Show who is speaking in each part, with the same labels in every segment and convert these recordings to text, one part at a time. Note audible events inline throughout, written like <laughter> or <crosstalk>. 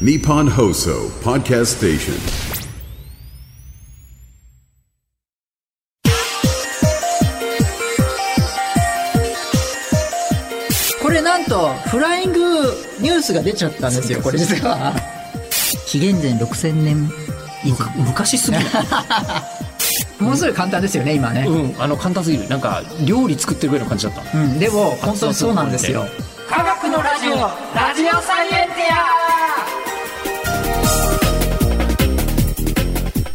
Speaker 1: Nippon Hoso Podcast Station.
Speaker 2: これなんとフライングニュースが出ちゃったんですよこれ実は
Speaker 3: 紀元前6000年以前
Speaker 4: 昔すぎ
Speaker 5: <laughs>
Speaker 4: ない
Speaker 2: ものすごい簡単ですよね今ね、
Speaker 4: うんあの簡単すぎるなんか料理作ってるぐらいの感じだった
Speaker 2: うん、でも本当にそうなんですよ科学のラジオラジオサイエン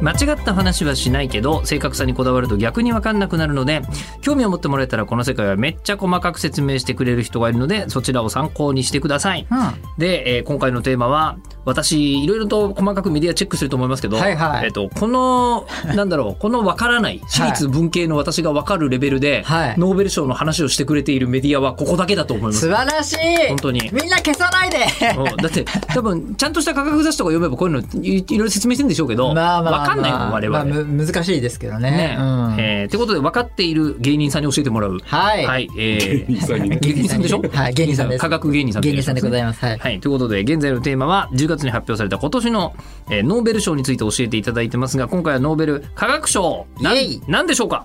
Speaker 5: 間違った話はしないけど正確さにこだわると逆に分かんなくなるので興味を持ってもらえたらこの世界はめっちゃ細かく説明してくれる人がいるのでそちらを参考にしてください。
Speaker 2: ィア
Speaker 5: で、えー今回のテーマは私いろいろと細かくメディアチェックすると思いますけど、
Speaker 2: はいはい
Speaker 5: えっとこのなんだろうこの分からない私立文系の私が分かるレベルで、
Speaker 2: はい
Speaker 5: ノーベル賞の話をしてくれているメディアはここだけだと思います
Speaker 2: 素。晴らしい
Speaker 5: 本当に
Speaker 2: みんな消さないで
Speaker 5: うんだって多分ちゃんとした科学雑誌とか読めばこういうのいいろいろ説明してるんでしょうけど、分かんないもん我々。
Speaker 2: まあむ難しいですけどね
Speaker 5: ね
Speaker 2: うん
Speaker 5: えーってことで分かっている芸人さんに教えてもらう。
Speaker 2: はい
Speaker 5: はい。えー芸人さんでしょ
Speaker 2: はい芸人さんです
Speaker 5: 科学芸人さんって
Speaker 2: 芸
Speaker 5: う
Speaker 2: 人さんでございますはい、
Speaker 5: はい。ということで、現在のテーマは、10月に発表された今年の、えーノーベル賞について教えていただいてますが、今回はノーベル科学賞、なん
Speaker 2: イエイ
Speaker 5: なんでしょうか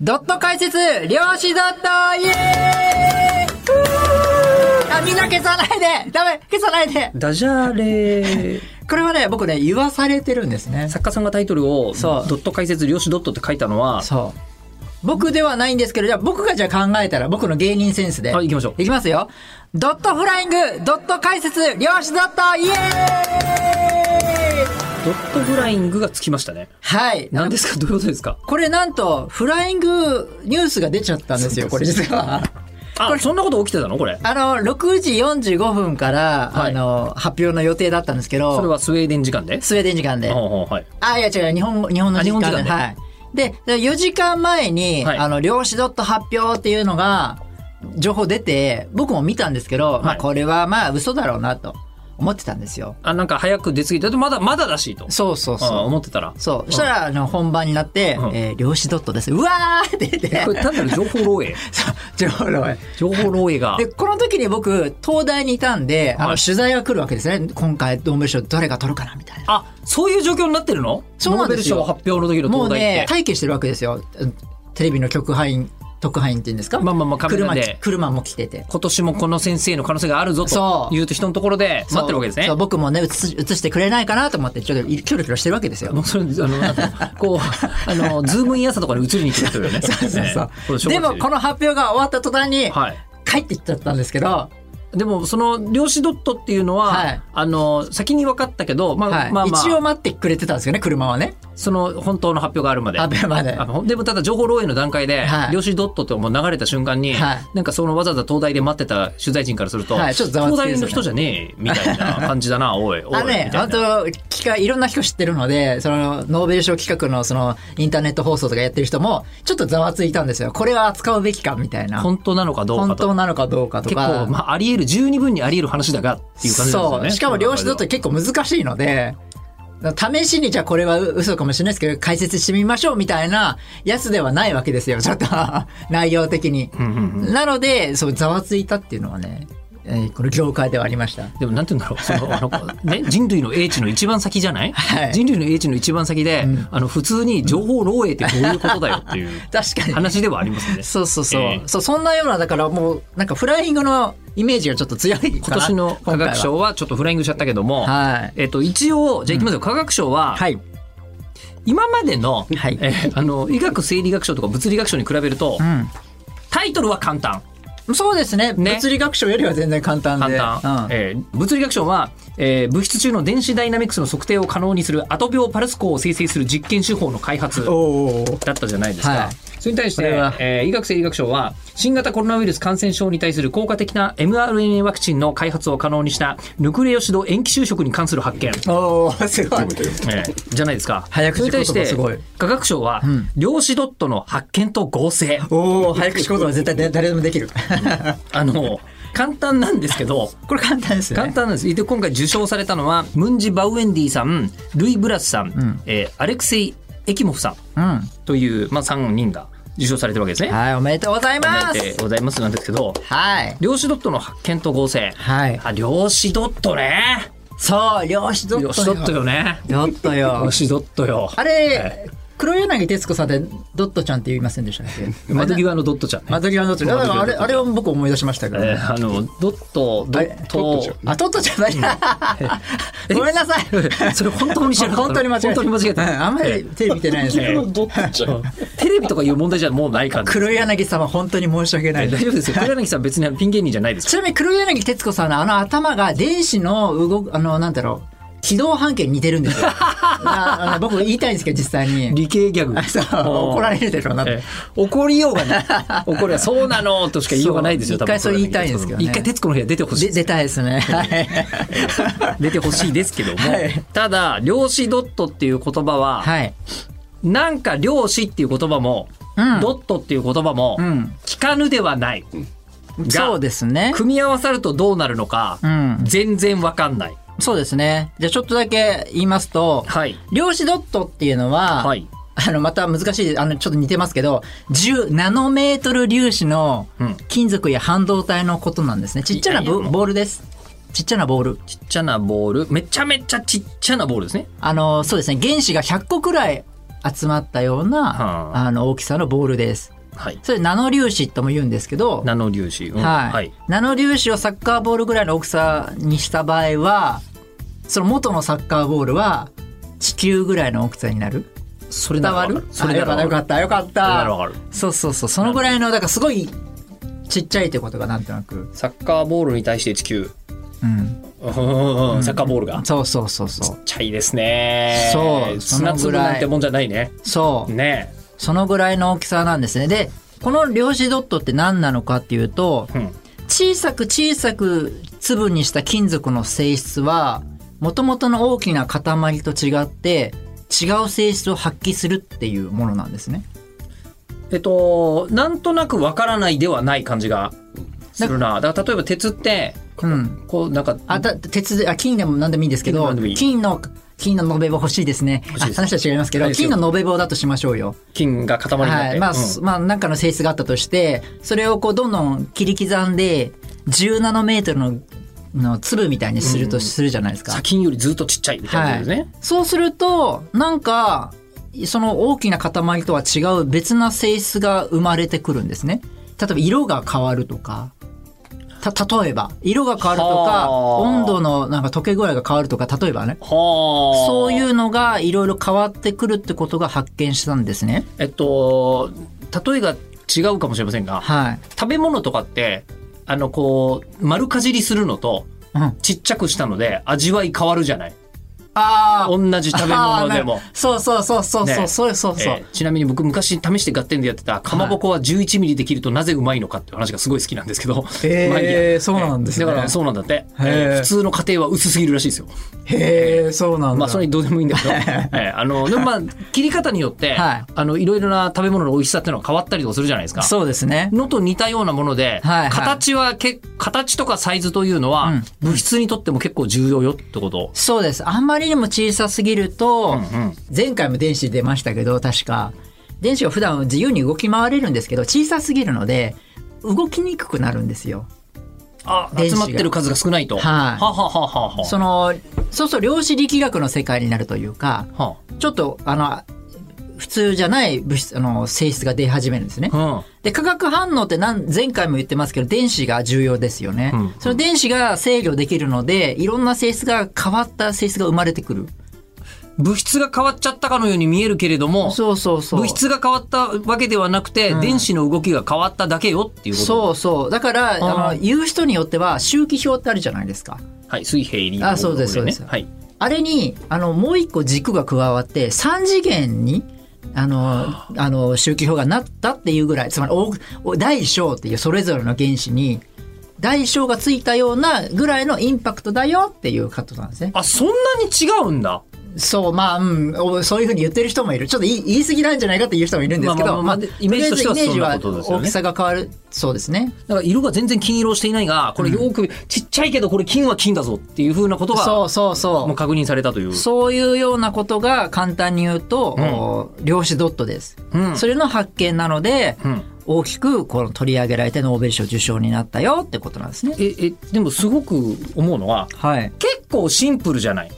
Speaker 2: ドット解説量子ドットイエーイあみんな消さないでダメ消さないで
Speaker 5: ダジャレ、
Speaker 2: これはね僕ね言わされてるんですね
Speaker 5: 作家さんがタイトルを、ド
Speaker 2: そう
Speaker 5: ット解説、量子ドットって書いたのは、
Speaker 2: そう。僕ではないんですけど、じゃあ僕がじゃあ考えたら、僕の芸人センスで。
Speaker 5: はい行きましょう
Speaker 2: いきますよ。ドットフライング、ドット解説、漁師ドット、イエーイ
Speaker 5: ドットフライングがつきましたね。
Speaker 2: はい。
Speaker 5: 何ですかどういうことですか
Speaker 2: これなんと、フライングニュースが出ちゃったんですよ、これ実
Speaker 5: <laughs>
Speaker 2: は。
Speaker 5: あ、そんなこと起きてたのこれ。
Speaker 2: あの、6時45分から、
Speaker 5: はい
Speaker 2: あの、発表の予定だったんですけど、
Speaker 5: それはスウェーデン時間で
Speaker 2: スウェーデン時間で。
Speaker 5: ほうほうはい。
Speaker 2: あ、いや違う、日本語、日本の
Speaker 5: あ
Speaker 2: 時
Speaker 5: 日
Speaker 2: 間
Speaker 5: 本
Speaker 2: で。
Speaker 5: 時間で
Speaker 2: はい。で、4時間前に、
Speaker 5: はい
Speaker 2: あの、量子ドット発表っていうのが、情報出て、僕も見たんですけど、ま
Speaker 5: は
Speaker 2: あ、
Speaker 5: い
Speaker 2: これはまあ、嘘だろうなと思ってたんですよ。
Speaker 5: あ、なんか早く出過ぎて、まだ、まだだしと。
Speaker 2: そうそう
Speaker 5: あ
Speaker 2: そ
Speaker 5: 思ってたら
Speaker 2: う。。そう。そしたら、あの、本番になって、
Speaker 5: うん
Speaker 2: えー量子ドットです。うわーって言
Speaker 5: こ
Speaker 2: って、
Speaker 5: れ単なる情報漏洩。
Speaker 2: <laughs> そう情報漏洩
Speaker 5: 情報漏洩が
Speaker 2: で、。この時に僕、東大にいたんで、あ
Speaker 5: は
Speaker 2: の、
Speaker 5: い
Speaker 2: 取材が来るわけですね。今回、ノーベル賞どれが取るかな、みたいな。
Speaker 5: あ、そういう状況になってるの
Speaker 2: そうなんですよ
Speaker 5: ノーベル賞発表の時の
Speaker 2: も
Speaker 5: 東
Speaker 2: う
Speaker 5: 大
Speaker 2: ね
Speaker 5: って。
Speaker 2: 待機してるわけですよテレビの局配員特派員っていうんですか
Speaker 5: まあまあまあカメラ
Speaker 2: 車
Speaker 5: で
Speaker 2: き車も来てて
Speaker 5: 今年もこの先生の可能性があるぞ
Speaker 2: そ
Speaker 5: と
Speaker 2: う
Speaker 5: いうと人のところで待ってるわけですね
Speaker 2: そうそう。僕もね映す映してくれないかなと思ってちょっとキョロキョロしてるわけですよ
Speaker 5: もうそれ、あの、なんかこう、あの、ズームイン朝とかに移りに行ってる人だよ
Speaker 2: <laughs>
Speaker 5: ね。
Speaker 2: そうそう
Speaker 5: ねこの
Speaker 2: そう
Speaker 5: 小
Speaker 2: で
Speaker 5: 学生
Speaker 2: もこの発表が終わった途端に
Speaker 5: はい。
Speaker 2: 帰ってきちゃったんですけど、
Speaker 5: でも、その、量子ドットっていうのは、
Speaker 2: はい
Speaker 5: あの、先に分かったけど、まあ、
Speaker 2: はい
Speaker 5: まあまあ、
Speaker 2: 一応待ってくれてたんですよね車はね
Speaker 5: その、本当の発表があるまで。
Speaker 2: アベマで
Speaker 5: あのでもただ情報漏洩の段階で、
Speaker 2: はい
Speaker 5: 量子ドットってもう流れた瞬間に、
Speaker 2: はい
Speaker 5: なんかそのわざわざ東大で待ってた取材陣からすると、
Speaker 2: はいちょっとざわつきで
Speaker 5: 東
Speaker 2: すよね
Speaker 5: 大の人じゃねえみたいな感じだな、
Speaker 2: <laughs>
Speaker 5: おい、おい。
Speaker 2: あのね
Speaker 5: み、た
Speaker 2: あ
Speaker 5: いな
Speaker 2: と、機械、いろんな人知ってるので、その、ノーベル賞企画の、その、インターネット放送とかやってる人も、ちょっとざわついたんですよ。これは扱うべきか、みたいな。
Speaker 5: 本当なのかどうか
Speaker 2: 本
Speaker 5: と。
Speaker 2: 当なのかどうかと
Speaker 5: 結
Speaker 2: か。
Speaker 5: 構、まあ、あり得る、十二分にあり得る話だがっていう感じなんですよね。
Speaker 2: そうしかも量子ドット
Speaker 5: その中では
Speaker 2: 結構難しいので試しにじゃあこれは嘘かもしれないですけど解説してみましょうみたいなやつではないわけですよちょっと <laughs> 内容的に、なのでそうざわついたっていうのはね、えーこの業界ではありました
Speaker 5: でもなんて言うんだろうそのあの、ね、人類の英知の一番先じゃない、
Speaker 2: はい
Speaker 5: 人類の英知の一番先で、あの普通に情報漏洩ってどういうことだよっていう
Speaker 2: <laughs> 確かに
Speaker 5: 話ではありますね。
Speaker 2: そうそうそう、
Speaker 5: えー
Speaker 2: そうそんなようなだからもうなんかフライングのイメージがちょっと強いかな
Speaker 5: 今年の科学賞
Speaker 2: 今
Speaker 5: はちょっとフライングしちゃったけども、
Speaker 2: 回ははい
Speaker 5: えっと、一応、じゃあいきますよ。科学賞は、
Speaker 2: はい
Speaker 5: 今までの、
Speaker 2: はい
Speaker 5: えーあの、医学生理学賞とか物理学賞に比べると、タイトルは簡単。
Speaker 2: そうですね
Speaker 5: ね
Speaker 2: 物理学賞よりは全然簡単で
Speaker 5: 簡単。
Speaker 2: うん
Speaker 5: えー物理学賞は、えー物質中の電子ダイナミクスの測定を可能にするアト秒パルス光を生成する実験手法の開発
Speaker 2: おー
Speaker 5: だったじゃないですか。
Speaker 2: はい
Speaker 5: それに対して、
Speaker 2: これは
Speaker 5: えー医学生医学省は、新型コロナウイルス感染症に対する効果的な mRNA ワクチンの開発を可能にした、ヌクレオシド塩基就職に関する発見。
Speaker 2: おー、すごい。
Speaker 5: えーじゃないですか。
Speaker 2: 早口
Speaker 5: それに対して
Speaker 2: 言葉すごい、
Speaker 5: 科学省は、量子ドットの発見と合成。
Speaker 2: おー、早口言葉絶対誰でもできる。
Speaker 5: あの、簡単なんです
Speaker 2: <laughs>
Speaker 5: けど、
Speaker 2: これ簡単ですよ
Speaker 5: 簡
Speaker 2: ね。
Speaker 5: 単なんです。で、今回受賞されたのは、ムンジ・バウエンディさん、ルイ・ブラスさん、えーアレクセイ・エキモフさん
Speaker 2: う
Speaker 5: という、まあ、3人が受賞されてるわけですね。
Speaker 2: ん。はい、おめでとうございま。
Speaker 5: おめですとうございますなんですけど、
Speaker 2: はい。
Speaker 5: 量子ドットの発見と合成。
Speaker 2: はい。
Speaker 5: あ、量子ドットね。
Speaker 2: そう、漁師ドットよ。
Speaker 5: 量子ドットよね。
Speaker 2: ドットよ
Speaker 5: 量。子ドットよ。
Speaker 2: あれ、黒柳徹子さんでドットちゃんって言いませんでしたっけ
Speaker 5: 窓際のドットちゃんね。
Speaker 2: 窓際のドットちゃん。だからあれ、あれを僕思い出しましたけど。
Speaker 5: えーあの、ドット、ドット。
Speaker 2: あ、トットちゃんだけだ。 <laughs> ごめんなさい。
Speaker 5: <laughs> それ本当に知らなかった
Speaker 2: <laughs> 本当に間違えた。
Speaker 5: 本当に間違えた
Speaker 2: うんあんまりテレビ見てないです
Speaker 5: え
Speaker 2: ね。
Speaker 5: ーテレビとかいう問題じゃもうない
Speaker 2: <laughs>
Speaker 5: から。
Speaker 2: 黒柳様、本当に申し訳ない
Speaker 5: 大
Speaker 2: です。
Speaker 5: 丈夫ですよ。黒柳さん別にピン芸人じゃないですか
Speaker 2: ちなみに黒柳徹子さんのあの頭が電子の動く、あの、なんだろう、軌道半径に似てるんです
Speaker 5: <laughs>
Speaker 2: よ。ああの僕言いたいんですけど、実際に。
Speaker 5: 理系ギャグ。
Speaker 2: あそう
Speaker 5: おー
Speaker 2: 怒られるでしょうな
Speaker 5: ええ怒りようがない。怒りはそうなのとしか言いようがないですよ、
Speaker 2: そう
Speaker 5: 多
Speaker 2: 一
Speaker 5: 分
Speaker 2: 回それ言いたいんですけどね
Speaker 5: 一回、徹子の部屋出てほしい
Speaker 2: <laughs> で。出たいです
Speaker 5: <laughs>
Speaker 2: ね。はい
Speaker 5: 出てほしいですけど <laughs> も。
Speaker 2: はい
Speaker 5: ただ、量子ドットっていう言葉は、
Speaker 2: はい。
Speaker 5: なんか量子っていう言葉も、
Speaker 2: うん
Speaker 5: ドットっていう言葉も、
Speaker 2: ん
Speaker 5: 聞かぬではない。
Speaker 2: そうですね。
Speaker 5: 組み合わさるとどうなるのか、
Speaker 2: うん
Speaker 5: 全然わかんない。
Speaker 2: そうですね。じゃあちょっとだけ言いますと、
Speaker 5: はい。
Speaker 2: 量子ドットっていうのは、
Speaker 5: はい
Speaker 2: あの、また難しい、あの、ちょっと似てますけど、10ナノメートル粒子の
Speaker 5: うん
Speaker 2: 金属や半導体のことなんですね。ちっちゃない
Speaker 5: やいや
Speaker 2: ボ
Speaker 5: もう
Speaker 2: ボールです。ちっちゃなボール。
Speaker 5: ちっちゃなボール。めちゃめちゃちっちゃなボールですね。
Speaker 2: あの、そうですね。原子が100個くらい集まったような、
Speaker 5: はあ
Speaker 2: あの、大きさのボールです。
Speaker 5: はい。
Speaker 2: それナノ粒子とも言うんですけど、
Speaker 5: ナノ粒子。うん
Speaker 2: はい、
Speaker 5: はい。
Speaker 2: ナノ粒子をサッカーボールぐらいの大きさにした場合はその元のサッカーボールは地球ぐらいの大きさになる
Speaker 5: それな
Speaker 2: 伝
Speaker 5: らわ
Speaker 2: わ
Speaker 5: か
Speaker 2: る
Speaker 5: それなら
Speaker 2: あ
Speaker 5: わ
Speaker 2: よ
Speaker 5: か
Speaker 2: か
Speaker 5: る。
Speaker 2: ったよかったよかった
Speaker 5: それならわかる。
Speaker 2: そうそうそうそのぐらいのだからすごいちっちゃいってことがなんとなく
Speaker 5: サッカーボールに対して地球。
Speaker 2: うん
Speaker 5: うんうんうんサッカーボールが。ちっ
Speaker 2: そうそうそうそう
Speaker 5: ちゃいですね。
Speaker 2: そうそ
Speaker 5: 砂
Speaker 2: のぐ
Speaker 5: 粒
Speaker 2: らい
Speaker 5: なんてもんじゃないね。
Speaker 2: そう、
Speaker 5: ね
Speaker 2: そのぐらいの大きさなんですねでこの量子ドットって何なのかっていうと、
Speaker 5: え。うん。
Speaker 2: 小さく小さく粒にした金属の性質はもともとの大きな塊と違って違う性質を発揮するっていうものなんですね。
Speaker 5: えっと、なんとなくわからないではない感じがするな。だから例えば鉄って、
Speaker 2: うん、
Speaker 5: こうなんか、
Speaker 2: あた鉄であ金でも何でもいいんですけ
Speaker 5: 金でも
Speaker 2: ど
Speaker 5: 何でもいい
Speaker 2: 金の金の延べ棒欲しいですね。
Speaker 5: 欲しい
Speaker 2: あ
Speaker 5: です
Speaker 2: 話は違いますけど
Speaker 5: はい
Speaker 2: 金の延べ棒だとしましょうよ。
Speaker 5: 金が塊になっ
Speaker 2: はい
Speaker 5: て。
Speaker 2: まあ、
Speaker 5: うん
Speaker 2: すまあなんかの性質があったとしてそれをこうどんどん切り刻んで10ナノメートルのの粒みたいにするとするじゃないですか。
Speaker 5: 砂金よりずっとちっちゃいみたいなことですね。
Speaker 2: そうすると、なんか、その大きな塊とは違う別な性質が生まれてくるんですね。例えば色が変わるとか、た、例えば、色が変わると
Speaker 5: は
Speaker 2: か、
Speaker 5: あ
Speaker 2: 温度のなんか溶け具合が変わるとか、例えばね。
Speaker 5: はあ。
Speaker 2: そういうのがいろいろ変わってくるってことが発見したんですね。
Speaker 5: えっと、例えが違うかもしれませんが、
Speaker 2: はい。
Speaker 5: 食べ物とかって、あの、こう、丸かじりするのと、
Speaker 2: うん。あ
Speaker 5: ちっちゃくしたので、味わい変わるじゃない。
Speaker 2: あ
Speaker 5: 同
Speaker 2: ー。
Speaker 5: じ食べ物で
Speaker 2: <laughs> あ
Speaker 5: も
Speaker 2: ー。なそうそうそうそうそう、
Speaker 5: ね
Speaker 2: そうそうそう。
Speaker 5: えーちなみに僕昔試してガッテンでやってたかまぼこは11ミリできるとなぜうまいのかっていう話がすごい好きなんですけど、
Speaker 2: へー
Speaker 5: <laughs> まあいいや
Speaker 2: そうなんですね
Speaker 5: だからそうなんだって、え
Speaker 2: へー
Speaker 5: ー普通の家庭は薄すぎるらしいですよ
Speaker 2: へえ、そうなんだ。
Speaker 5: まあそれにどうでもいいんだけ
Speaker 2: <laughs>
Speaker 5: ど、えーあのでもまあ切り方によって、
Speaker 2: はい
Speaker 5: い、あのいろいろな食べ物の美味しさっていうのが変わったりとかするじゃないですか
Speaker 2: そうですね。
Speaker 5: のと似たようなもので、
Speaker 2: はいはい
Speaker 5: 形はけ形とかサイズというのは、
Speaker 2: うん
Speaker 5: 物質にとっても結構重要よってこと
Speaker 2: そうです。あんまりにも小さすぎると、
Speaker 5: ん
Speaker 2: 前回も電子出ましたけど、確か。電子は普段自由に動き回れるんですけど、小さすぎるので、動きにくくなるんですよ。
Speaker 5: あ
Speaker 2: 電子
Speaker 5: 集
Speaker 2: が
Speaker 5: まってる数が少ないと、
Speaker 2: はい
Speaker 5: ははははは
Speaker 2: その、そうそう、量子力学の世界になるというか、
Speaker 5: は
Speaker 2: ちょっと、あの、普通じゃない物質、あの、性質が出始めるんですね。
Speaker 5: うん
Speaker 2: で、化学反応ってなん前回も言ってますけど、電子が重要ですよね。
Speaker 5: うん
Speaker 2: その電子が制御できるので、いろんな性質が変わった性質が生まれてくる。
Speaker 5: 物質が変わっちゃったかのように見えるけれども
Speaker 2: そうそうそう。
Speaker 5: 物質が変わったわけではなくて、電子の動きが変わっただけよっていうこと
Speaker 2: そうそう。だから、あの、言う人によっては、周期表ってあるじゃないですか。
Speaker 5: はい水平リ
Speaker 2: あそうですそうです
Speaker 5: はい
Speaker 2: あれに、あの、もう一個軸が加わって、三次元にあのあの周期表がなったっていうぐらいつまり大お大小っていうそれぞれの原子に大小がついたようなぐらいのインパクトだよっていうカットなんですね。
Speaker 5: あ、そんなに違うんだ。
Speaker 2: そう、まあ、うん、おそういうふうに言ってる人もいる。ちょっと言い言い過ぎなんじゃないかっていう人もいるんですけ
Speaker 5: まあま
Speaker 2: ど、
Speaker 5: あまあまあイメージとしては
Speaker 2: とりあえずイメー
Speaker 5: そんなことです
Speaker 2: ジ
Speaker 5: よ
Speaker 2: は大
Speaker 5: ね
Speaker 2: きさが変わる。そうですね。
Speaker 5: だから色が全然金色をしていないが、これよく、ちっちゃいけどこれ金は金だぞっていうふうなことが、
Speaker 2: そうそう
Speaker 5: も
Speaker 2: そう
Speaker 5: 確認されたという。
Speaker 2: う。そういうようなことが簡単に言うと、お量子ドットです、
Speaker 5: ん
Speaker 2: それの発見なので、
Speaker 5: ん
Speaker 2: 大きくこの取り上げられてノーベル賞受賞になったよってことなんですね。
Speaker 5: え、え、でもすごく思うのは、
Speaker 2: はい。
Speaker 5: 結構シンプルじゃない。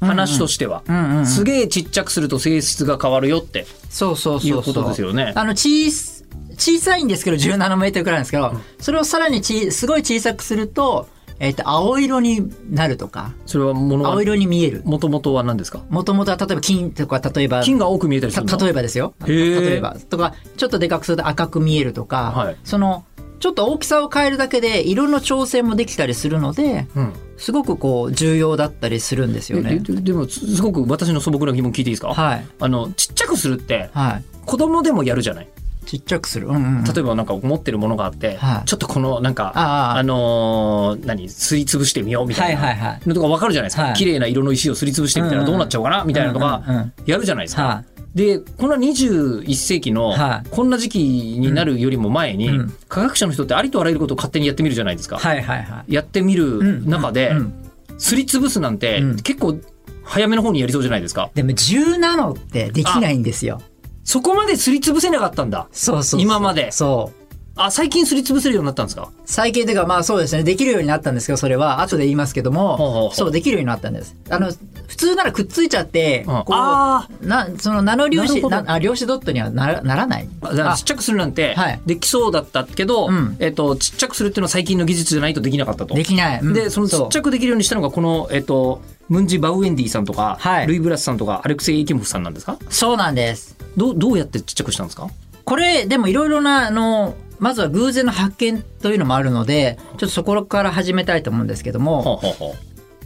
Speaker 5: 話としては。
Speaker 2: んうんうん
Speaker 5: すげえちっちゃくすると性質が変わるよって。
Speaker 2: そうそうそうそう。
Speaker 5: いうことですよね
Speaker 2: あの、小す、小さいんですけど、10ナノメートルくらいなんですけど、それをさらにち、すごい小さくすると、えっ、と、青色になるとか、
Speaker 5: それはもの
Speaker 2: 青
Speaker 5: は、
Speaker 2: 色に見える。
Speaker 5: もともとは何ですか
Speaker 2: もともとは、例えば金とか、例えば、
Speaker 5: 金が多く見えたりする
Speaker 2: た
Speaker 5: の
Speaker 2: 例えばですよ。
Speaker 5: へー
Speaker 2: 例えば。とか、ちょっとでかくすると赤く見えるとか、
Speaker 5: はい
Speaker 2: その、ちょっと大きさを変えるだけで、色の調整もできたりするので、
Speaker 5: うん
Speaker 2: すごくこう、重要だったりするんですよ
Speaker 5: え
Speaker 2: ね。
Speaker 5: ででもすすごく私の素朴な疑問聞いていいですか、
Speaker 2: はい。
Speaker 5: あのちっちゃくするって
Speaker 2: はい。
Speaker 5: 子供でもやるじゃない
Speaker 2: ちっちゃくする。うんうんうん。
Speaker 5: 例えばなんか持ってるものがあって、
Speaker 2: はい
Speaker 5: ちょっとこのなんか
Speaker 2: あ
Speaker 5: あ
Speaker 2: あ
Speaker 5: のー何すりつぶしてみようみたいな、
Speaker 2: はいはいはい
Speaker 5: のとか分かるじゃないですか、
Speaker 2: はい
Speaker 5: 綺麗な色の石をすりつぶしてみたらどうなっちゃうかな、みたいなのと
Speaker 2: うんうんう
Speaker 5: か
Speaker 2: ん
Speaker 5: やるじゃないですか。
Speaker 2: はい
Speaker 5: でこんな21世紀の
Speaker 2: はい
Speaker 5: こんな時期になるよりも前に、
Speaker 2: うん
Speaker 5: 科学者の人ってありとあらゆることを勝手にやってみるじゃないですか。
Speaker 2: はいはいはい。
Speaker 5: やってみる中で、
Speaker 2: うんうん
Speaker 5: すりつぶすなんて、
Speaker 2: うん
Speaker 5: 結構早めの方にやりそうじゃないですか
Speaker 2: でも10ナノってできないんですよ。
Speaker 5: そこまですりつぶせなかったんだ
Speaker 2: そうそうそう
Speaker 5: 今まで
Speaker 2: そう。
Speaker 5: あ最近すりつぶせるようになったんですか
Speaker 2: 最近というかまあそうですねできるようになったんですけどそれは後で言いますけども
Speaker 5: ほうほうほう
Speaker 2: そうできるようになったんですあの普通ならくっついちゃって、
Speaker 5: うん
Speaker 2: こう
Speaker 5: あ
Speaker 2: なそのナノ粒
Speaker 5: なるほ
Speaker 2: 子
Speaker 5: ど
Speaker 2: なあ量子ドットにはならならない
Speaker 5: あだからちっちゃくするなんて
Speaker 2: はい
Speaker 5: できそうだったけど、
Speaker 2: うん
Speaker 5: えっとちっちゃくするっていうのは最近の技術じゃないとできなかったと
Speaker 2: できない、うん
Speaker 5: でそのちっちゃくできるようにしたのがこの、えっとムンジ・バウエンディさんとか、
Speaker 2: はい
Speaker 5: ルイ・ブラスさんとかアレクセイ・エキモフさんなんですか
Speaker 2: そうそうなんです
Speaker 5: どうどうやってちっちゃくしたんですか
Speaker 2: これでもいろいろなあのまずは偶然の発見というのもあるのでちょっとそこから始めたいと思うんですけども、
Speaker 5: うほうほ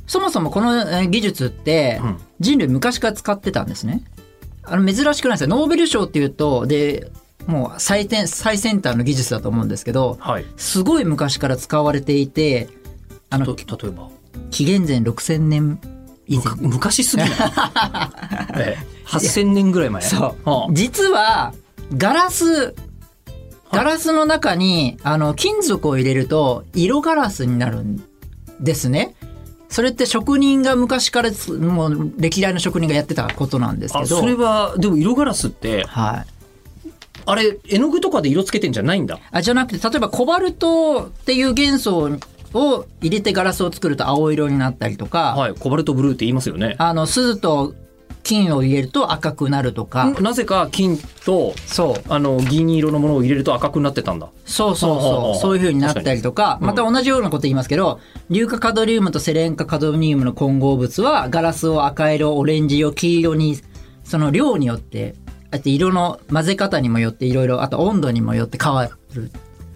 Speaker 2: そもそもこのえー技術って
Speaker 5: うん
Speaker 2: 人類昔から使ってたんですね。あの珍しくないですよ。ノーベル賞っていうと、で、もう最先最先端の技術だと思うんですけど
Speaker 5: う、はい
Speaker 2: すごい昔から使われていて、あの、
Speaker 5: と例えば
Speaker 2: 紀元前6000年以前
Speaker 5: む。昔すぎ
Speaker 2: <laughs>
Speaker 5: ない、ええ、8000年ぐらい前
Speaker 2: そ
Speaker 5: は
Speaker 2: う。実は、ガラス、ガラスの中に、あの、金属を入れると、色ガラスになるんですね。それって職人が昔からつ、もう歴代の職人がやってたことなんです
Speaker 5: あ
Speaker 2: け
Speaker 5: あ
Speaker 2: ど。
Speaker 5: それはでも色ガラスって
Speaker 2: はい。
Speaker 5: あれ絵の具とかで色つけてんじゃないんだ
Speaker 2: あ、じゃなくて、例えばコバルトっていう元素を入れてガラスを作ると青色になったりとか、
Speaker 5: はいコバルトブルーって言いますよね
Speaker 2: あの、鈴と金を入れると赤くなるとか、
Speaker 5: なぜか金と
Speaker 2: そう。
Speaker 5: あの銀色のものを入れると赤くなってたんだ
Speaker 2: そうそう
Speaker 5: ほうほうほ
Speaker 2: そうう。そういう風になったりとか、また同じようなこと言いますけど、硫化カドリウムとセレン化カドミウムの混合物は、ガラスを赤色、オレンジ色、黄色に、その量によって、あと色の混ぜ方にもよっていろいろ、あと温度にもよって変わる。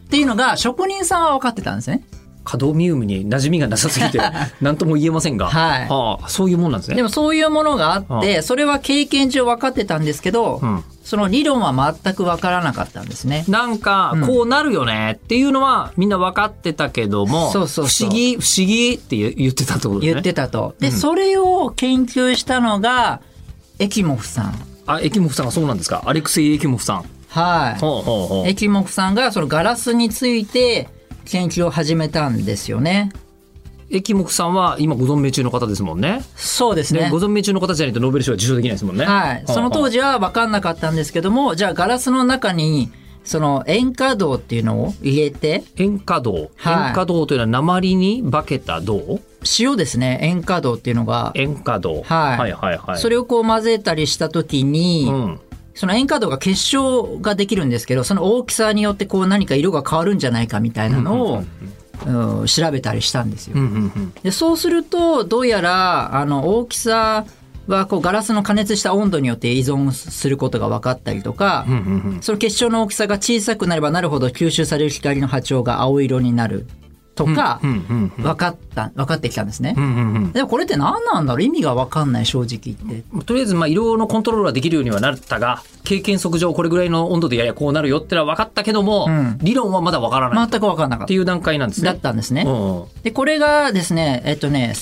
Speaker 2: っていうのが、職人さんは分かってたんですね。
Speaker 5: カドミウムに馴染みがなさす
Speaker 2: <laughs>
Speaker 5: ぎて何とも言えませんが、
Speaker 2: はい
Speaker 5: あ、そういうもんなんですね
Speaker 2: でもそういうものがあって、それは経験上分かってたんですけど、
Speaker 5: ん
Speaker 2: その理論は全く分からなかったんですね。
Speaker 5: なんかこうなるよねっていうのはみんな分かってたけども、
Speaker 2: そうそうそう
Speaker 5: 不思議不思議って言言ってたってことですね
Speaker 2: 言ってたと。で、それを研究したのが、エキモフさん。
Speaker 5: あエキモフさんがそうなんですかアレクセイ・エキモフさん
Speaker 2: は
Speaker 5: ほうほうほ
Speaker 2: い。エキモフさんがそのガラスについて研究を始めたんですよね。
Speaker 5: うエキモフさんは今ご存命中の方ですもんね
Speaker 2: そうです
Speaker 5: ね、
Speaker 2: ね
Speaker 5: ご。存命中の方じゃないとノーベル賞は受賞できないですもんね。
Speaker 2: はい。その当
Speaker 5: 時。
Speaker 2: 時は分かんなかったんですけども、じゃあガラスの中に、その塩化銅っていうのを入れて、
Speaker 5: 塩化銅。
Speaker 2: はい
Speaker 5: 塩化銅というのは鉛に化けた銅
Speaker 2: 塩ですね、塩化銅っていうのが
Speaker 5: 塩化銅。
Speaker 2: はい
Speaker 5: はいはいはい
Speaker 2: それをこう混ぜたりした時に、
Speaker 5: うん。
Speaker 2: その塩化銅が結晶ができるんですけどその大きさによってこう何か色が変わるんじゃないかみたいなのを、うん調べたりしたんですよ。
Speaker 5: うんうん
Speaker 2: でそうするとどうやらあの大きさはこうガラスの加熱した温度によって依存することが分かったりとか、
Speaker 5: うん。うんうんうん
Speaker 2: その結晶の大きさが小さくなればなるほど吸収される光の波長が青色になるとか
Speaker 6: うんうんうん
Speaker 2: 分かった分かってきたんですね
Speaker 6: う。んうんうん
Speaker 2: でもこれって何なんだろう意味が分かんない正直言って。
Speaker 5: とりあえず、まあ、色のコントロールはできるようにはなったが、経験則上、これぐらいの温度でやりゃこうなるよってのは分かったけども、
Speaker 2: ん
Speaker 5: 理論はまだ分からない
Speaker 2: 全
Speaker 5: っ
Speaker 2: く分かんなかってた。
Speaker 5: いう段階なんですね。
Speaker 2: だったんですね。
Speaker 5: うんうん
Speaker 2: でこれがですねえっとね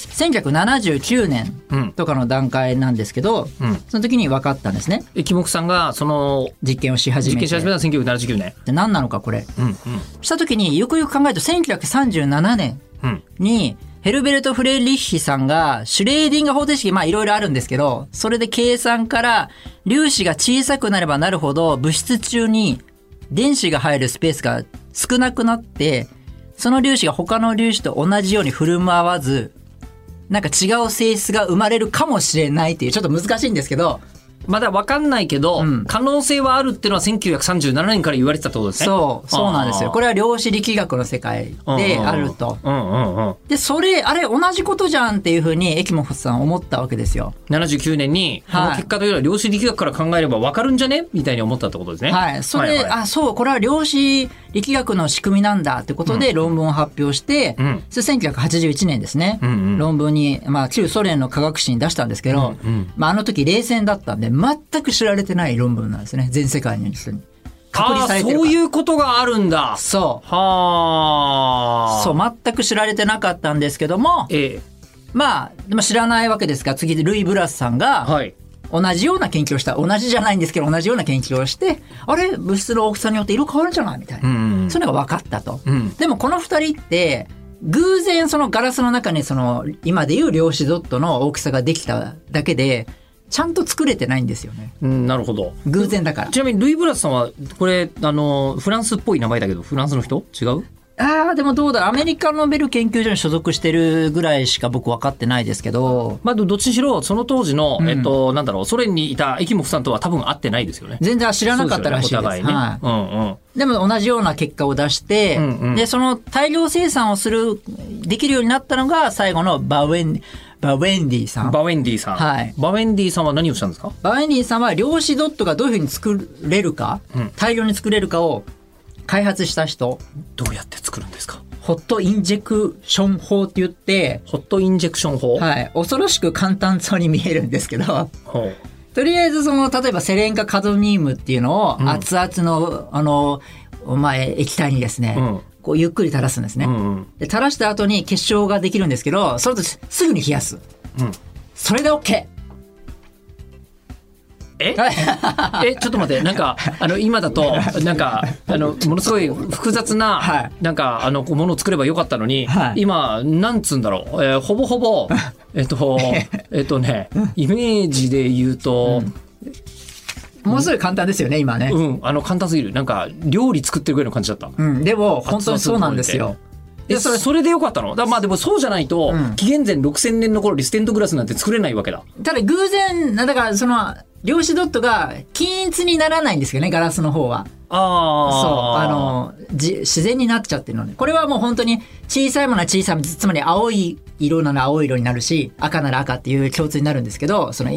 Speaker 2: 1979
Speaker 5: うん
Speaker 2: 年とかの段階なんですけど、
Speaker 5: ん
Speaker 2: その時に分かったんですね
Speaker 5: えキモクさんが、その、
Speaker 2: 実験をし始
Speaker 5: 実
Speaker 2: めて
Speaker 5: 験し始めたのは1979年。
Speaker 2: で何なのかこれ
Speaker 5: うんうん
Speaker 2: した時によくよく考えると1937年
Speaker 6: うん
Speaker 2: にヘルベルト・フレーリッヒさんがシュレーディンガー方程式まあいろいろあるんですけどそれで計算から粒子が小さくなればなるほど物質中に電子が入るスペースが少なくなってその粒子が他の粒子と同じように振る舞わずなんか違う性質が生まれるかもしれないっていうちょっと難しいんですけど
Speaker 5: まだ分かんないけど、
Speaker 2: うん
Speaker 5: 可能性はあるっていうのは1937年から言われてたってことですね。
Speaker 2: そうそうなんですよこ
Speaker 5: れ
Speaker 2: れは量子力学の世界であると。
Speaker 5: うんうんうん。
Speaker 2: で、それ、あれ、同じことじゃんっていうふうに、エキモフさん思ったわけですよ。
Speaker 5: 79年に、
Speaker 2: はい
Speaker 5: この結果というのは量子力学から考えれば分かるんじゃねみたいに思ったってことですね。
Speaker 2: はい。それ、
Speaker 5: はいはい
Speaker 2: あ、そう、これは量子力学の仕組みなんだってことで論文を発表して、
Speaker 5: ん
Speaker 2: それ1981年ですね。論文に、まあ、旧ソ連の科学誌に出したんですけど、まあ、あの時冷戦だったんで、全く知られてない論文なんですね。全世界に。隔離
Speaker 5: あ
Speaker 2: さ
Speaker 5: あ、
Speaker 2: れてるから
Speaker 5: そういうことがあるんだ。
Speaker 2: そ
Speaker 5: はあ。
Speaker 2: う。そう、全く知られてなかったんですけども、
Speaker 5: え
Speaker 2: まあ、でも知らないわけですから、次、ルイ・ブラスさんが、
Speaker 5: えはい。
Speaker 2: 同じような研究をした同じじゃないんですけど同じような研究をしてあれ物質の大きさによって色変わるんじゃないみたいな、そういうのが分かったと、
Speaker 5: ん
Speaker 2: でもこの2人って偶然そのガラスの中にその今でいう量子ドットの大きさができただけでちゃんと作れてないんですよね
Speaker 5: うん、なるほど。
Speaker 2: 偶然だから
Speaker 5: ちなみに、ルイ・ブラスさんは、これ、あの、フランスっぽい名前だけど、フランスの人違う
Speaker 2: あーでもどうだろうアメリカのベル研究所に所属してるぐらいしか僕分かってないですけど
Speaker 5: まあ、どどっちにしろ、その当時の、えっと、なんだろう、ソ連にいたエキモフさんとは多分会ってないですよね。
Speaker 2: 全然知らなかったらしいです
Speaker 5: そうよねお
Speaker 2: はい
Speaker 5: 互いね。うんうん。
Speaker 2: でも同じような結果を出して、
Speaker 5: んうん
Speaker 2: で、その大量生産をする、できるようになったのが最後のバウェン、バウェンディさん。
Speaker 5: バウェンディさん。
Speaker 2: はい
Speaker 5: バウェンディさんは何をしたんですか
Speaker 2: バウェンディさんは量子ドットがどういうふうに作れるか、大量に作れるかを開発した人、
Speaker 5: どうやって作るんですか
Speaker 2: ホットインジェクション法って言って、
Speaker 5: ホットインジェクション法
Speaker 2: はい、恐ろしく簡単そうに見えるんですけど、
Speaker 5: ほう
Speaker 2: とりあえずその、例えばセレン化カドミウムっていうのを熱々の、あの、お前、液体にですね、
Speaker 5: うん
Speaker 2: こうゆっくり垂らすんですね。
Speaker 5: うんうん。
Speaker 2: で垂らした後に結晶ができるんですけどそれとすすぐに冷やす、それで OK
Speaker 5: ええ、ちょっと待 <laughs> って、なんか、あの、今だと、なんか、あの、ものすごい複雑な、
Speaker 2: はい
Speaker 5: なんか、あの、こうものを作ればよかったのに、
Speaker 2: はい
Speaker 5: 今、なんつうんだろう、えーほぼほ <laughs> ぼ、えっと、えっとね、イメージで言うと、
Speaker 2: ものすごい簡単ですよね今ね
Speaker 5: う、ん、あの、簡単すぎる。なんか、料理作ってるぐらいの感じだった。
Speaker 2: うん、でも本当にそうなんです
Speaker 5: 熱々の
Speaker 2: よ
Speaker 5: え、それ、それでよかったのだからまあでもそうじゃないと、紀元前6000年の頃、リステンドグラスなんて作れないわけだ。
Speaker 2: ただ偶然だからその量子ドットが均一にならないんですよねガラスの方は
Speaker 5: あ
Speaker 2: そう
Speaker 5: あ。
Speaker 2: あ、のじ自然になっちゃってるのでこれはもう本当に小さいものは小さいものつまり青い色なら青い色になるし赤なら赤っていう共通になるんですけどその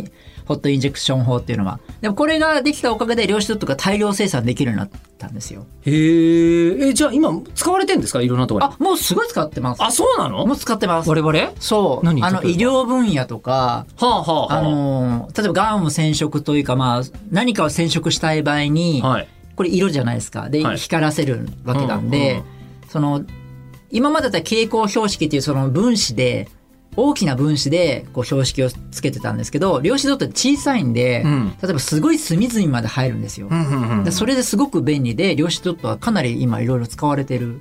Speaker 2: ホットインジェクション法っていうのはでもこれができたおかげで量子ドットが大量生産できるようになったんですよ
Speaker 5: へーえ、じゃあ今、使われてんですかいろんなところに。
Speaker 2: あ、もうすごい使ってます。
Speaker 5: あ、そうなの
Speaker 2: もう使ってます。
Speaker 5: 我々は
Speaker 2: そう。
Speaker 5: 何
Speaker 2: あの、
Speaker 5: 例え
Speaker 2: 医
Speaker 5: ば
Speaker 2: 療分野とか、
Speaker 5: あはあはあ。
Speaker 2: あのー、例えば、がんを染色というか、まあ、何かを染色したい場合に、
Speaker 5: はい。
Speaker 2: これ色じゃないですか。で、
Speaker 5: はい
Speaker 2: 光らせるわけなんで、その、今までだったら蛍光標識っていうその分子で、大きな分子でこう標識をつけてたんですけど、量子ドットって小さいんで、
Speaker 5: ん
Speaker 2: 例えばすごい隅々まで入るんですよ。
Speaker 5: うんうんうん
Speaker 2: でそれですごく便利で、量子ドットはかなり今いろいろ使われてる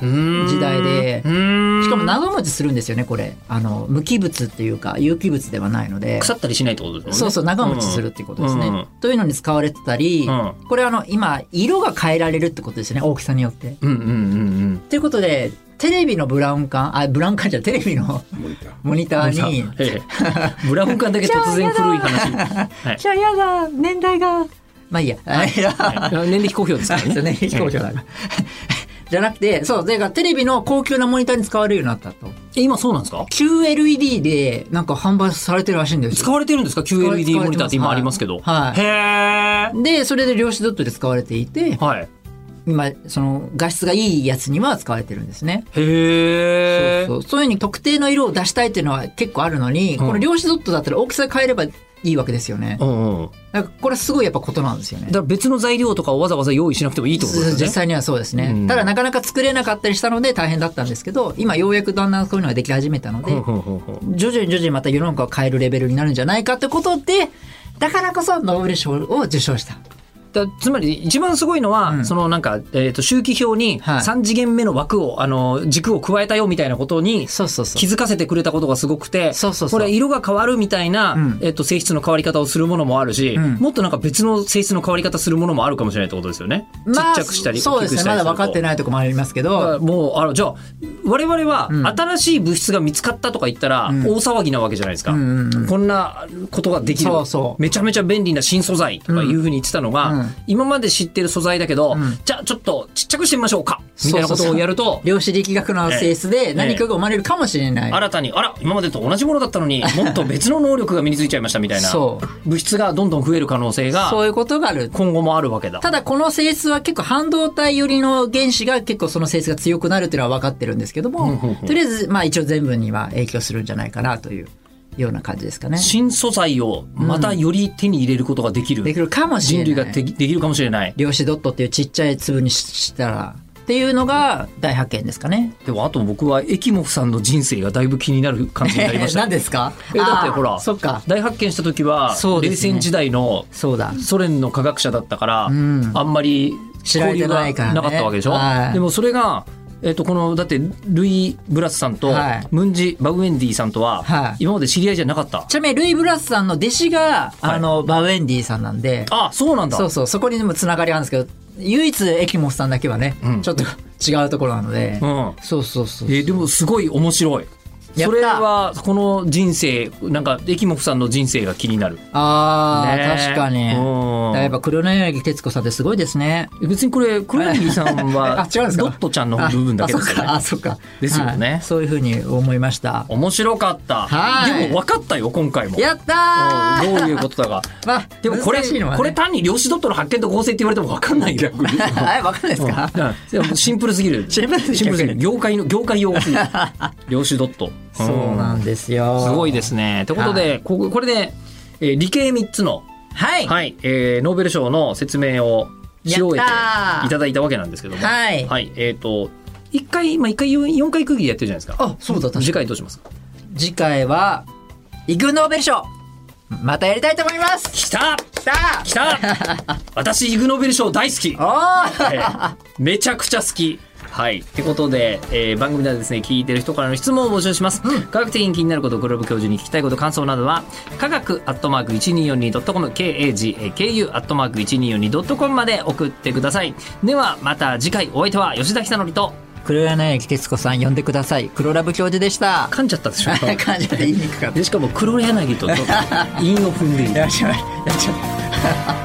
Speaker 2: 時代で
Speaker 5: う、ーん
Speaker 2: しかも長持ちするんですよねこれあの無機物っていうか有機物ではないので
Speaker 5: 腐ったりしないってことですもんね。
Speaker 2: そうそう長持ちするっていうことですね、
Speaker 5: うん
Speaker 2: というのに使われてたり、
Speaker 5: うん
Speaker 2: これあの今色が変えられるってことですよね大きさによって。
Speaker 5: うんうんうん
Speaker 2: ということでテレビのブラウン管あブラウン管じゃ <laughs> ないテレビのモニ
Speaker 5: <laughs>
Speaker 2: ターに
Speaker 5: うん。ええブラウン管だけ突然古い話。はい
Speaker 2: じゃあやだ年代がまあいいや。
Speaker 5: はい年齢非公表ですからね。
Speaker 2: ね、飛行機だ <laughs> じゃなくてそうだからテレビの高級なモニターに使われるようになったと
Speaker 5: え今そうなんですか
Speaker 2: QLED でなんか販売されてるらしいんですよ
Speaker 5: 使われてるんですか ?QLED モニターって今ありますけど。
Speaker 2: はい
Speaker 5: へえ。
Speaker 2: で、それで量子ドットで使われていて、
Speaker 5: はい。
Speaker 2: 今その画質がいいやつには使われてるんですね。
Speaker 5: へえ
Speaker 2: そうそういうふうに特定の色を出したいっていうのは結構あるのに、この量子ドットだったら大きさ変えればいいわけですよね。
Speaker 5: うんうん
Speaker 2: なんかこれはすごいやっぱことなんですよね
Speaker 5: だ。から別の材料とかをわざわざ用意しなくてもいいってことです
Speaker 2: 実
Speaker 5: よね
Speaker 2: 際にはそうですね、
Speaker 5: うん
Speaker 2: ただなかなか作れなかったりしたので大変だったんですけど今ようやくだんだんそういうのができ始めたので、
Speaker 5: うんうんうんうん
Speaker 2: 徐々に徐々にまた世の中を変えるレベルになるんじゃないかってことでだからこそノーベル賞を受賞した
Speaker 5: だつまり一番すごいのは、
Speaker 2: ん
Speaker 5: そのなんか、えー、と周期表に
Speaker 2: はい
Speaker 5: 3次元目の枠を、あの軸を加えたよみたいなことに
Speaker 2: そうそうそう
Speaker 5: 気づかせてくれたことがすごくて
Speaker 2: そうそうそう
Speaker 5: これ色が変わるみたいな、
Speaker 2: ん
Speaker 5: えー、と性質の変わり方をするものもあるし、
Speaker 2: ん
Speaker 5: もっとなんか別の性質の変わり方するものもあるかもしれないってことですよね。ちっちゃくしたり
Speaker 2: そうで
Speaker 5: 大き
Speaker 2: す
Speaker 5: くし
Speaker 2: ね
Speaker 5: た
Speaker 2: まだ
Speaker 5: りすると
Speaker 2: 分かってないとこもありますけど、
Speaker 5: あもうあのじゃあ我々は
Speaker 2: ん
Speaker 5: 新しい物質が見つかったとか言ったら大騒ぎなわけじゃないですか、
Speaker 2: んうんうん
Speaker 5: こんなことができる
Speaker 2: そうそう
Speaker 5: めちゃめちゃ便利な新素材とかいうふうに言ってたのが、
Speaker 2: うん
Speaker 5: 今まで知ってる素材だけど、
Speaker 2: ん
Speaker 5: じゃあちょっとちっちゃくしてみましょうかみたいなことをやると
Speaker 2: 量子力学の性質で何かが生まれるかもしれない、
Speaker 5: 新たにあら今までと同じものだったの
Speaker 2: <laughs>
Speaker 5: にもっと別の能力が身についちゃいましたみたいな
Speaker 2: そ
Speaker 5: 物質がどんどん増える可能性が
Speaker 2: そういうことがある
Speaker 5: 今後もあるわけだ。
Speaker 2: ただこの性質は結構半導体寄りの原子が結構その性質が強くなるっていうのは分かってるんですけども、とりあえずまあ一応全部には影響するんじゃないかなというような感じですかね。
Speaker 5: 新素材をまたより手に入れることができる、
Speaker 2: できるかもしれな
Speaker 5: 人
Speaker 2: い。
Speaker 5: 類ができできるかもしれない。
Speaker 2: 量子ドットっていうちっちゃい粒にししたらっていうのが大発見ですかね。
Speaker 5: でもあと僕はエキモフさんの人生がだいぶ気になる感じになり
Speaker 2: <laughs>
Speaker 5: ました。
Speaker 2: 何ですか
Speaker 5: えだってほ
Speaker 2: あー
Speaker 5: ら
Speaker 2: そっか。
Speaker 5: 大発見した時は、
Speaker 2: そうで
Speaker 5: 冷
Speaker 2: すね
Speaker 5: 戦時代の
Speaker 2: そうだ。
Speaker 5: ソ連の科学者だったから、あんまり
Speaker 2: 知られて
Speaker 5: 交流が
Speaker 2: な
Speaker 5: ない
Speaker 2: からね
Speaker 5: かったわけでしょ。
Speaker 2: はい
Speaker 5: でもそれがえっとこのだってルイ・ブラスさんと
Speaker 2: はい
Speaker 5: ムンジ・バウエンディさんとは
Speaker 2: はい
Speaker 5: 今まで知り合いじゃなかった、
Speaker 2: ちなみにルイ・ブラスさんの弟子が、あの、バウエンディさんなんで、
Speaker 5: あそうなんだ
Speaker 2: そうそう、そこにでもつながりがあるんですけど、唯一エキモスさんだけはね、ちょっと違うところなので、
Speaker 5: うん
Speaker 2: そうそうそう。
Speaker 5: えーでもすごい面白い
Speaker 2: やった
Speaker 5: それはこの人生なんかエキモフさんの人生が気になる
Speaker 2: ああ、
Speaker 5: ねえ
Speaker 2: 確かに。
Speaker 5: うん
Speaker 2: やっぱ黒柳徹子さんってすごいですね。
Speaker 5: 別にこれ黒柳さんは
Speaker 2: <laughs> あ、違うんですか
Speaker 5: ドットちゃんの部分だけですよ
Speaker 2: あ、
Speaker 5: ね
Speaker 2: あそっか。あそっか
Speaker 5: ですよね
Speaker 2: はいそういうふうに思いました。
Speaker 5: 面白かった
Speaker 2: はい
Speaker 5: でも分かったよ今回も
Speaker 2: やった
Speaker 5: う
Speaker 2: ー
Speaker 5: んどういうことだか
Speaker 2: まあ、
Speaker 5: でもこれ、
Speaker 2: 難しいのはね <laughs>
Speaker 5: これ単に量子ドットの発見と合成って言われても分かんないよ逆に
Speaker 2: あれ、わかるんないですか、
Speaker 5: うんでもシンプルすぎる
Speaker 2: シンプルすぎる
Speaker 5: すぎる業界の業界用語す
Speaker 2: <laughs>
Speaker 5: ぎる量子ドット
Speaker 2: そうなんですよ。
Speaker 5: すごいですね。ということで、こここれで、えー理系3つの、
Speaker 2: はい。はい。
Speaker 5: はいえーノーベル賞の説明をし終え
Speaker 2: や
Speaker 5: て
Speaker 2: ったー
Speaker 5: いただいたわけなんですけども、
Speaker 2: はい
Speaker 5: えっ、と、1回、まあ、1回4、4回区切りやってるじゃないですか。
Speaker 2: あそうだ確かに
Speaker 5: 次回どうしますか
Speaker 2: 次回は、イグノーベル賞またやりたいと思います
Speaker 5: 来た
Speaker 2: きた <laughs>
Speaker 5: 来た私、イグノーベル賞大好き
Speaker 2: おー
Speaker 5: えー <laughs> めちゃくちゃ好き。はい。ってことで、えー番組ではですね、聞いてる人からの質問を募集します。科学的に気になること、黒部教授に聞きたいこと、感想などは、科学アットマーク 1242.com、kagaku アットマーク 1242.com まで送ってください。では、また次回、お相手は吉田久典と、
Speaker 2: 黒柳徹子さん呼んでください。黒ラブ教授でした。
Speaker 5: <laughs> 噛んじゃったでしょ
Speaker 2: <laughs> 感じで言いにくかった。
Speaker 5: で、しかも黒柳と、韻を踏んでいる。
Speaker 2: やばいやばいやばい